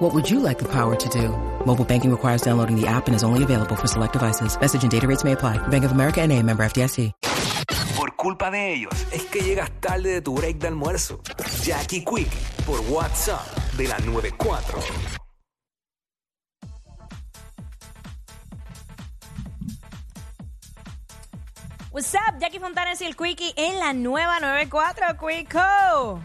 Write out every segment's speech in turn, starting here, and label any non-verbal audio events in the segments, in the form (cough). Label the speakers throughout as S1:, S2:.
S1: What would you like the power to do? Mobile banking requires downloading the app and is only available for select devices. Message and data rates may apply. Bank of America and a member FDIC.
S2: Por culpa de ellos es que llegas tarde de tu break de almuerzo. Jackie Quick por WhatsApp de la 94.
S3: What's up, Jackie Fontanes y el Quickie en la nueva 94 Quicko.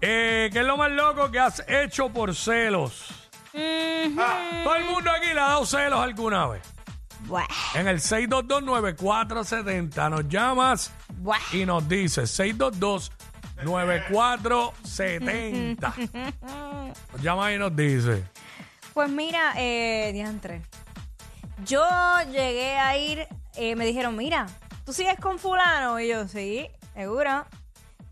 S4: Eh, ¿Qué es lo más loco que has hecho por celos? Ah, todo el mundo aquí le ha dado celos alguna vez.
S3: Buah,
S4: En el 622-9470 nos llamas
S3: buah.
S4: y nos dices 622-9470. Nos llamas y nos dices.
S3: Pues mira, eh, diantre. Yo llegué a ir, eh, me dijeron, mira, ¿tú sigues con fulano? Y yo, sí, seguro.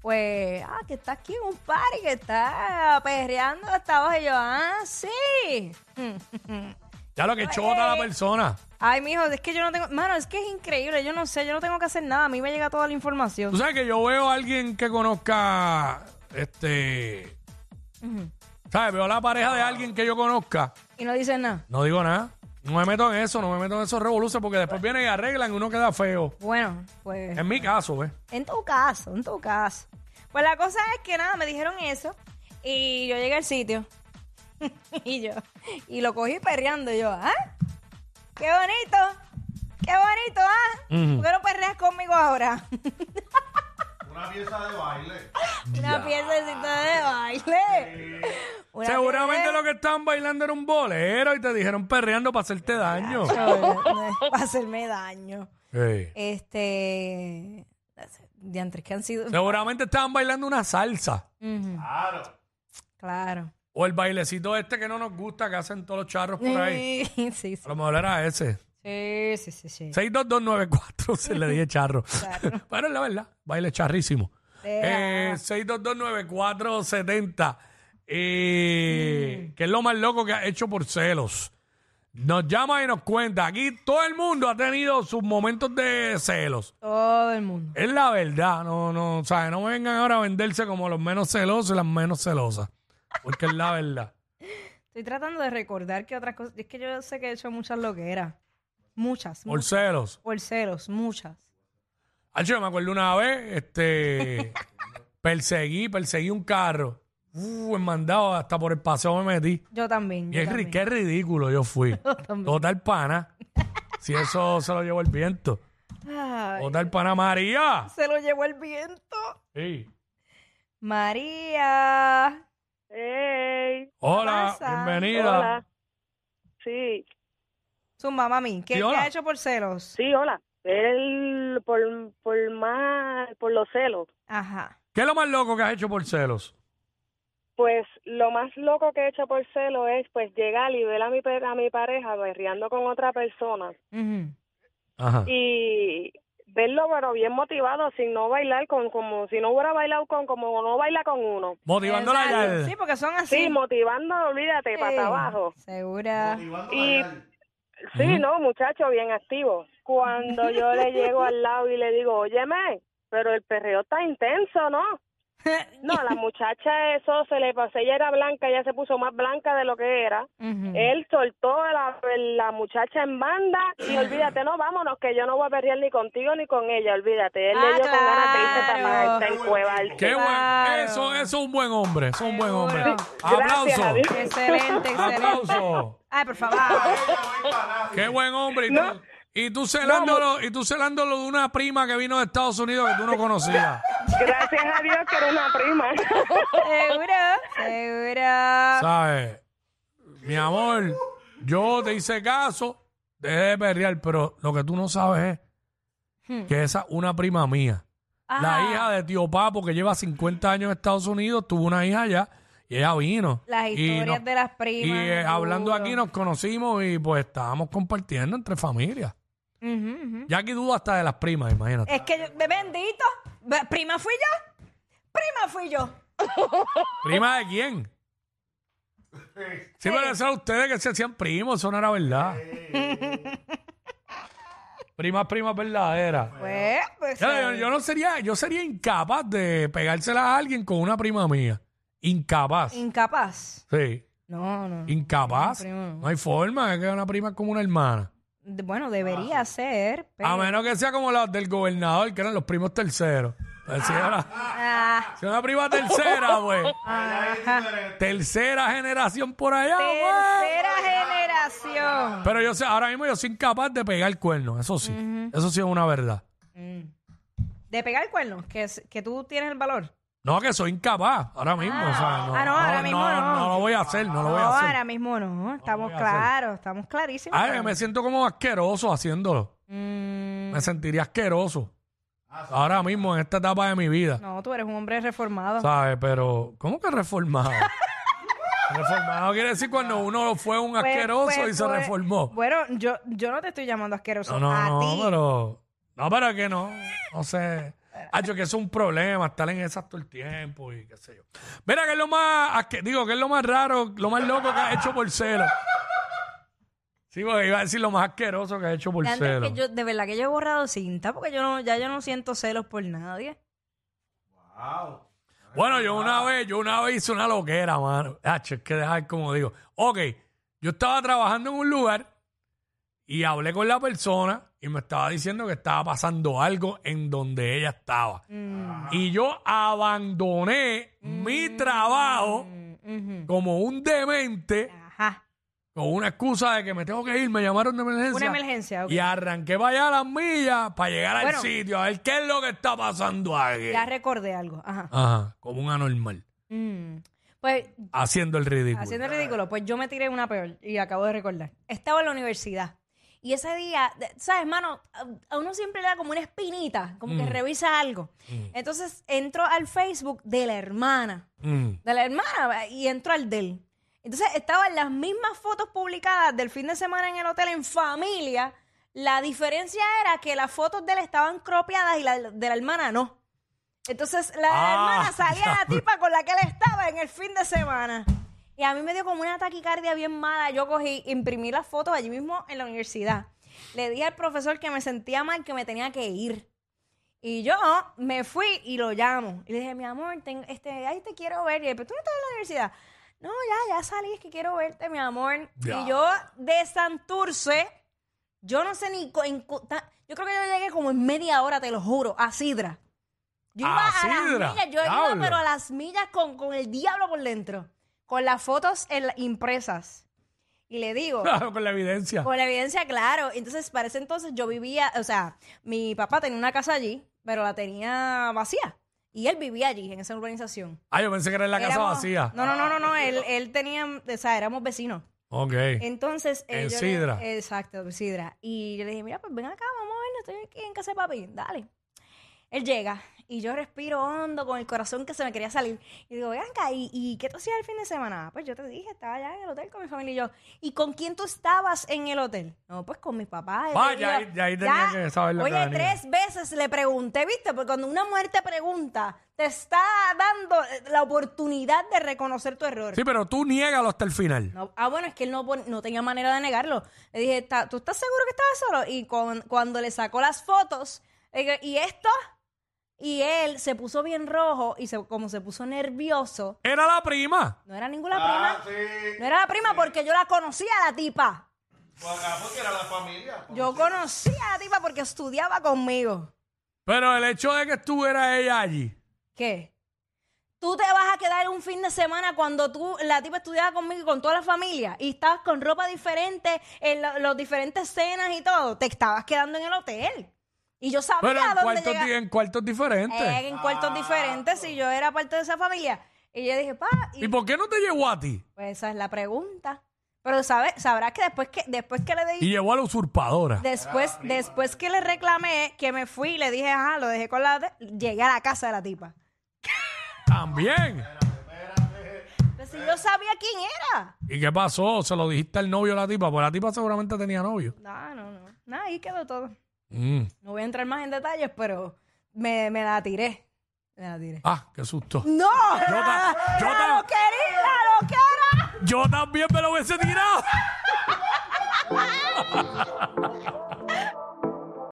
S3: Pues, ah, que está aquí en un party, que está perreando hasta abajo. Y yo, ah, sí. (laughs)
S4: Ya lo que chota la persona.
S3: Ay, mijo, es que yo no tengo... Mano, es que es increíble, yo no sé, yo no tengo que hacer nada. A mí me llega toda la información.
S4: Tú sabes que yo veo a alguien que conozca, este... ¿Sabes? Veo la pareja de alguien que yo conozca.
S3: Y no dices nada.
S4: No digo nada. No me meto en eso, no me meto en esos revoluciones porque después vienen y arreglan y uno queda feo.
S3: Bueno, pues...
S4: En mi caso, ¿ves?
S3: En tu caso, en tu caso. Pues la cosa es que nada, me dijeron eso y yo llegué al sitio. (laughs) y yo, y lo cogí perreando. Y yo, ¿ah? ¡Qué bonito! ¡Qué bonito, ah! ¿Por qué no perreas conmigo ahora? Una pieza de baile. Una piececita de baile. Una
S4: Seguramente
S3: pieza-
S4: lo que estaban bailando era un bolero y te dijeron perreando para hacerte daño.
S3: Va a hacerme daño.
S4: Ey.
S3: Este. Diantres que han sido.
S4: Seguramente estaban bailando una salsa.
S3: Claro.
S4: O el bailecito este que no nos gusta que hacen todos los charros por ahí.
S3: (laughs) Sí, sí,
S4: A lo mejor era ese.
S3: sí. Sí, sí, sí.
S4: 62294 se le dije charro. (laughs) Pero es la verdad, baile charrísimo. Eh, 6229470. Eh, ¿Qué es lo más loco que ha hecho por celos? Nos llama y nos cuenta. Aquí todo el mundo ha tenido sus momentos de celos.
S3: Todo el mundo.
S4: Es la verdad. No, no, o sea, no me vengan ahora a venderse como los menos celosos y las menos celosas. Porque es la verdad.
S3: Estoy tratando de recordar que otras cosas. Es que yo sé que he hecho muchas loqueras. Muchas.
S4: Por
S3: muchas.
S4: celos.
S3: Por ceros, muchas.
S4: Ah, yo me acuerdo una vez, este,
S3: (laughs)
S4: perseguí, perseguí un carro. Uh, en mandado, hasta por el paseo me metí.
S3: Yo también.
S4: Y
S3: yo
S4: es, ri-
S3: también.
S4: qué ridículo yo
S3: (laughs)
S4: fui. Total pana. Si eso se lo llevó el viento.
S3: Ay,
S4: Total pana María.
S3: se lo llevó el viento.
S4: Sí.
S3: María.
S5: Hey,
S4: Hola,
S3: pasa?
S4: bienvenida.
S5: hola. Sí,
S3: Zumba, mami. ¿Qué
S4: Sí,
S3: te
S4: hola.
S3: ha hecho por ceros?
S5: sí, hola. Él por, por más, por los celos.
S3: Ajá.
S4: ¿Qué es lo más loco que has hecho por celos?
S5: Pues lo más loco que he hecho por celos es pues llegar y ver a mi pe- a mi pareja berreando con otra persona
S3: Ujú.
S4: Ajá.
S5: y verlo pero bien motivado sin no bailar con como si no hubiera bailado con como no baila con uno.
S4: Motivándola
S3: Exacto.
S4: ya.
S3: Sí, porque son así.
S5: Sí, motivando, olvídate, para abajo.
S3: Segura.
S5: Y sí, no, muchacho, bien activo.
S3: (laughs)
S5: Cuando yo le llego al lado y le digo, óyeme, pero el perreo está
S3: (laughs)
S5: intenso, ¿no? No, la muchacha eso se le pasó, ella era blanca, ella se puso más blanca de lo que era.
S3: Ujú.
S5: Él soltó a la, la muchacha en banda
S3: (laughs)
S5: y olvídate, no, vámonos, que yo no voy a perrear ni contigo ni con ella, olvídate. Él
S3: Ah,
S5: le dio con ganas de irse
S3: claro.
S5: para encuevarse.
S4: Qué buen,
S3: Claro.
S4: eso, eso es un buen hombre. Eso es un buen
S3: Seguro.
S4: hombre.
S5: Gracias a
S4: Aplauso.
S5: Dios.
S3: Excelente, excelente.
S4: Aplauso.
S3: Ay, por favor.
S4: Qué buen hombre. Y tú, y tú celándolo, y tú celándolo de una prima que vino de Estados Unidos que tú no
S3: (laughs)
S4: conocías.
S5: Gracias a Dios que era una prima.
S3: Segura. Segura.
S4: ¿Sabes? Mi amor, yo te hice caso, dejé de perrear, pero lo que tú no sabes es que esa una prima mía. La
S3: Hmm. Ajá.
S4: hija de tío Papo, que lleva 50 años en Estados Unidos, tuvo una hija allá y ella vino.
S3: Las
S4: Y
S3: historias
S4: no-
S3: de las primas.
S4: Y eh, hablando
S3: seguro.
S4: aquí nos conocimos y pues estábamos compartiendo entre familias.
S3: Ujú, ujú.
S4: Jackie duda hasta de las primas, imagínate.
S3: Es que, yo- bendito, be- prima fui yo. Prima fui yo.
S4: ¿Prima de quién? Sí, pero eso era ustedes que se hacían primos, eso no
S3: (laughs)
S4: era verdad. Primas, primas verdaderas.
S3: Pues, pues.
S4: Ya, Yo, yo no sería, yo sería incapaz de pegársela a alguien con una prima mía. Incapaz.
S3: Incapaz.
S4: Sí.
S3: No, no.
S4: Incapaz.
S3: prima no.
S4: No hay forma, es que una prima es como una hermana.
S3: De- Bueno, debería
S4: Ah,
S3: ser, pero.
S4: A menos que sea como las del gobernador, que eran los primos terceros. Pues Si era,
S3: Ah,
S4: si era una prima tercera, pues.
S3: ajá.
S4: Tercera generación por allá, pues.
S3: Tercera generación.
S4: Pero yo sé, ahora mismo yo soy incapaz de pegar el cuerno, eso sí. Eso sí es una verdad.
S3: De pegar el cuerno, que, es- que tú tienes el valor.
S4: No, que soy incapaz ahora mismo. o sea, no,
S3: Ah, no, ahora mismo no.
S4: lo voy a hacer, no lo voy a
S3: no,
S4: hacer.
S3: ahora mismo no. Estamos
S4: voy a hacer.
S3: claros, estamos clarísimos.
S4: Ay, me siento como asqueroso haciéndolo.
S3: Mm,
S4: Me sentiría asqueroso. Ahora mismo, en esta etapa de mi vida.
S3: no, tú eres un hombre reformado.
S4: ¿Sabes? Pero, ¿cómo
S3: (laughs)
S4: que reformado? reformado quiere decir cuando uno fue un
S3: Pues,
S4: asqueroso
S3: pues,
S4: y se
S3: pues,
S4: reformó.
S3: Bueno, yo, yo no te estoy llamando asqueroso.
S4: No, no,
S3: a
S4: no,
S3: ti.
S4: pero. No, pero que no. No sé. Hacho, que eso es un problema, estar en esas todo el tiempo y qué sé yo. Mira, que es lo más. asque- digo, que es lo más raro, lo más loco que ha hecho por celo. Sí, porque iba a decir lo más asqueroso que ha hecho por
S3: De antes
S4: celo.
S3: que yo- de verdad que yo he borrado cinta porque yo no, ya yo no siento celos por nadie.
S4: Bueno, yo una vez, yo una vez hice una loquera, mano. Hacho, es que dejar como digo. Ok, yo estaba trabajando en un lugar y hablé con la persona y me estaba diciendo que estaba pasando algo en donde ella estaba.
S3: Mm.
S4: Y yo abandoné mi trabajo
S3: Mm, ujú.
S4: como un demente
S3: Ajá.
S4: con una excusa de que me tengo que ir, me llamaron de emergencia.
S3: Una emergencia. ok.
S4: Pues Y arranqué para allá a las millas para llegar
S3: Bueno.
S4: al sitio a ver qué es lo que está pasando aquí.
S3: Ya recordé algo. Ajá.
S4: Ajá, como un anormal,
S3: Mm. Pues,
S4: haciendo el ridículo.
S3: haciendo el ridículo, pues yo me tiré una peor y acabo de recordar. Estaba en la universidad. Y ese día, de- ¿sabes, mano? A- A uno siempre le da como una espinita, como que revisa algo. Entonces entro al Facebook de la hermana.
S4: Mm. (laughs)
S3: de la hermana y entró al de él. Entonces estaban las mismas fotos publicadas del fin de semana en el hotel en familia. La diferencia era que las fotos de él estaban cropeadas y la de la hermana no. Entonces la de la
S4: Ah, (laughs)
S3: hermana salía la
S4: diablo.
S3: tipa con la que él estaba en el fin de semana. Y a mí me dio como una taquicardia bien mala. Yo cogí, imprimí las fotos allí mismo en la universidad. Le dije al profesor que me sentía mal, que me tenía que ir. Y yo me fui y lo llamo. Y le dije, mi amor, ten- este, ay, te quiero ver. Y él, pero tú no estás en la universidad. No, ya, ya salí, es que quiero verte, mi amor.
S4: Ya.
S3: Y yo de Santurce, yo no sé ni... co- en co- ta- yo creo que yo llegué como en media hora, te lo juro, a Sidra. Yo iba
S4: ¿A
S3: a, las
S4: Sidra?
S3: millas, yo iba,
S4: Diablo.
S3: pero a las millas con, con el diablo por dentro. Con las fotos en la- impresas. Y le digo...
S4: (laughs) Claro, con la evidencia.
S3: Con la evidencia, claro. Entonces, para ese entonces yo vivía, o sea, mi papá tenía una casa allí, pero la tenía vacía. Y él vivía allí, en esa urbanización.
S4: Ah, yo pensé que era en la casa
S3: Éramos-
S4: vacía.
S3: No, no, no, no, no. Él, él tenía, o sea, éramos vecinos.
S4: Ok.
S3: Entonces, eh,
S4: En
S3: yo le-
S4: Sidra.
S3: exacto, en Sidra. Y yo le dije, mira, pues ven acá, vamos a vernos, estoy aquí en casa de papi, dale. Él llega y yo respiro hondo con el corazón que se me quería salir. Y digo, ven acá, ¿y, y qué tú hacías el fin de semana? "Ah, Pues yo te dije, estaba allá en el hotel con mi familia y yo. ¿Y con quién tú estabas en el hotel? No, pues con mis papás.
S4: Ah,
S3: Y
S4: ya
S3: yo,
S4: ahí- ya ahí tenía que saber lo que
S3: Oye,
S4: venía.
S3: tres veces le pregunté, ¿viste? Porque cuando una mujer te pregunta, te está dando eh, la oportunidad de reconocer tu error.
S4: Sí, pero tú niégalo hasta el final.
S3: No, ah, bueno, es que él no, pon- no tenía manera de negarlo. Le dije, "Ta- ¿tú estás seguro que estaba solo? Y con- cuando le sacó las fotos, le digo, ¿y esto? Y él se puso bien rojo y se- como se puso nervioso,
S4: Era la prima.
S3: no era ninguna
S6: Ah,
S3: prima. No era la prima porque yo la conocía a la tipa.
S6: porque era la familia. pues,
S3: Yo conocía a la tipa porque estudiaba conmigo.
S4: Pero el hecho de que estuviera ella allí.
S3: ¿Qué? Tú te vas a quedar un fin de semana cuando tú, la tipa estudiaba conmigo y con toda la familia y estabas con ropa diferente, en lo- los diferentes cenas y todo. Te estabas quedando en el hotel. Y yo sabía
S4: Pero en
S3: dónde
S4: cuartos,
S3: llegar.
S4: di- en cuartos diferentes.
S3: Eh, en cuartos diferentes y yo era parte de esa familia. Y yo dije, pa, y,
S4: ¿Y por qué no te llevó a ti?
S3: pues esa es la pregunta. Pero sabes, sabrás que después que, después que le di
S4: Y llevó a la usurpadora.
S3: Después, después que le reclamé, que me fui, le dije, ajá, lo dejé con la... Llegué a la casa de la tipa.
S4: También.
S3: Pero si yo sabía quién era.
S4: ¿Y qué pasó? ¿Se lo dijiste al novio a la tipa? Pues la tipa seguramente tenía novio.
S3: No, no, no. Nada, ahí quedó todo.
S4: Mm.
S3: No voy a entrar más en detalles, pero me, me la tiré. Me la tiré.
S4: Ah, qué susto.
S3: ¡No!
S4: Yo ta- yo
S3: ¡La
S4: ta-
S3: loquería, la loquera!
S4: Yo también me lo hubiese tirado.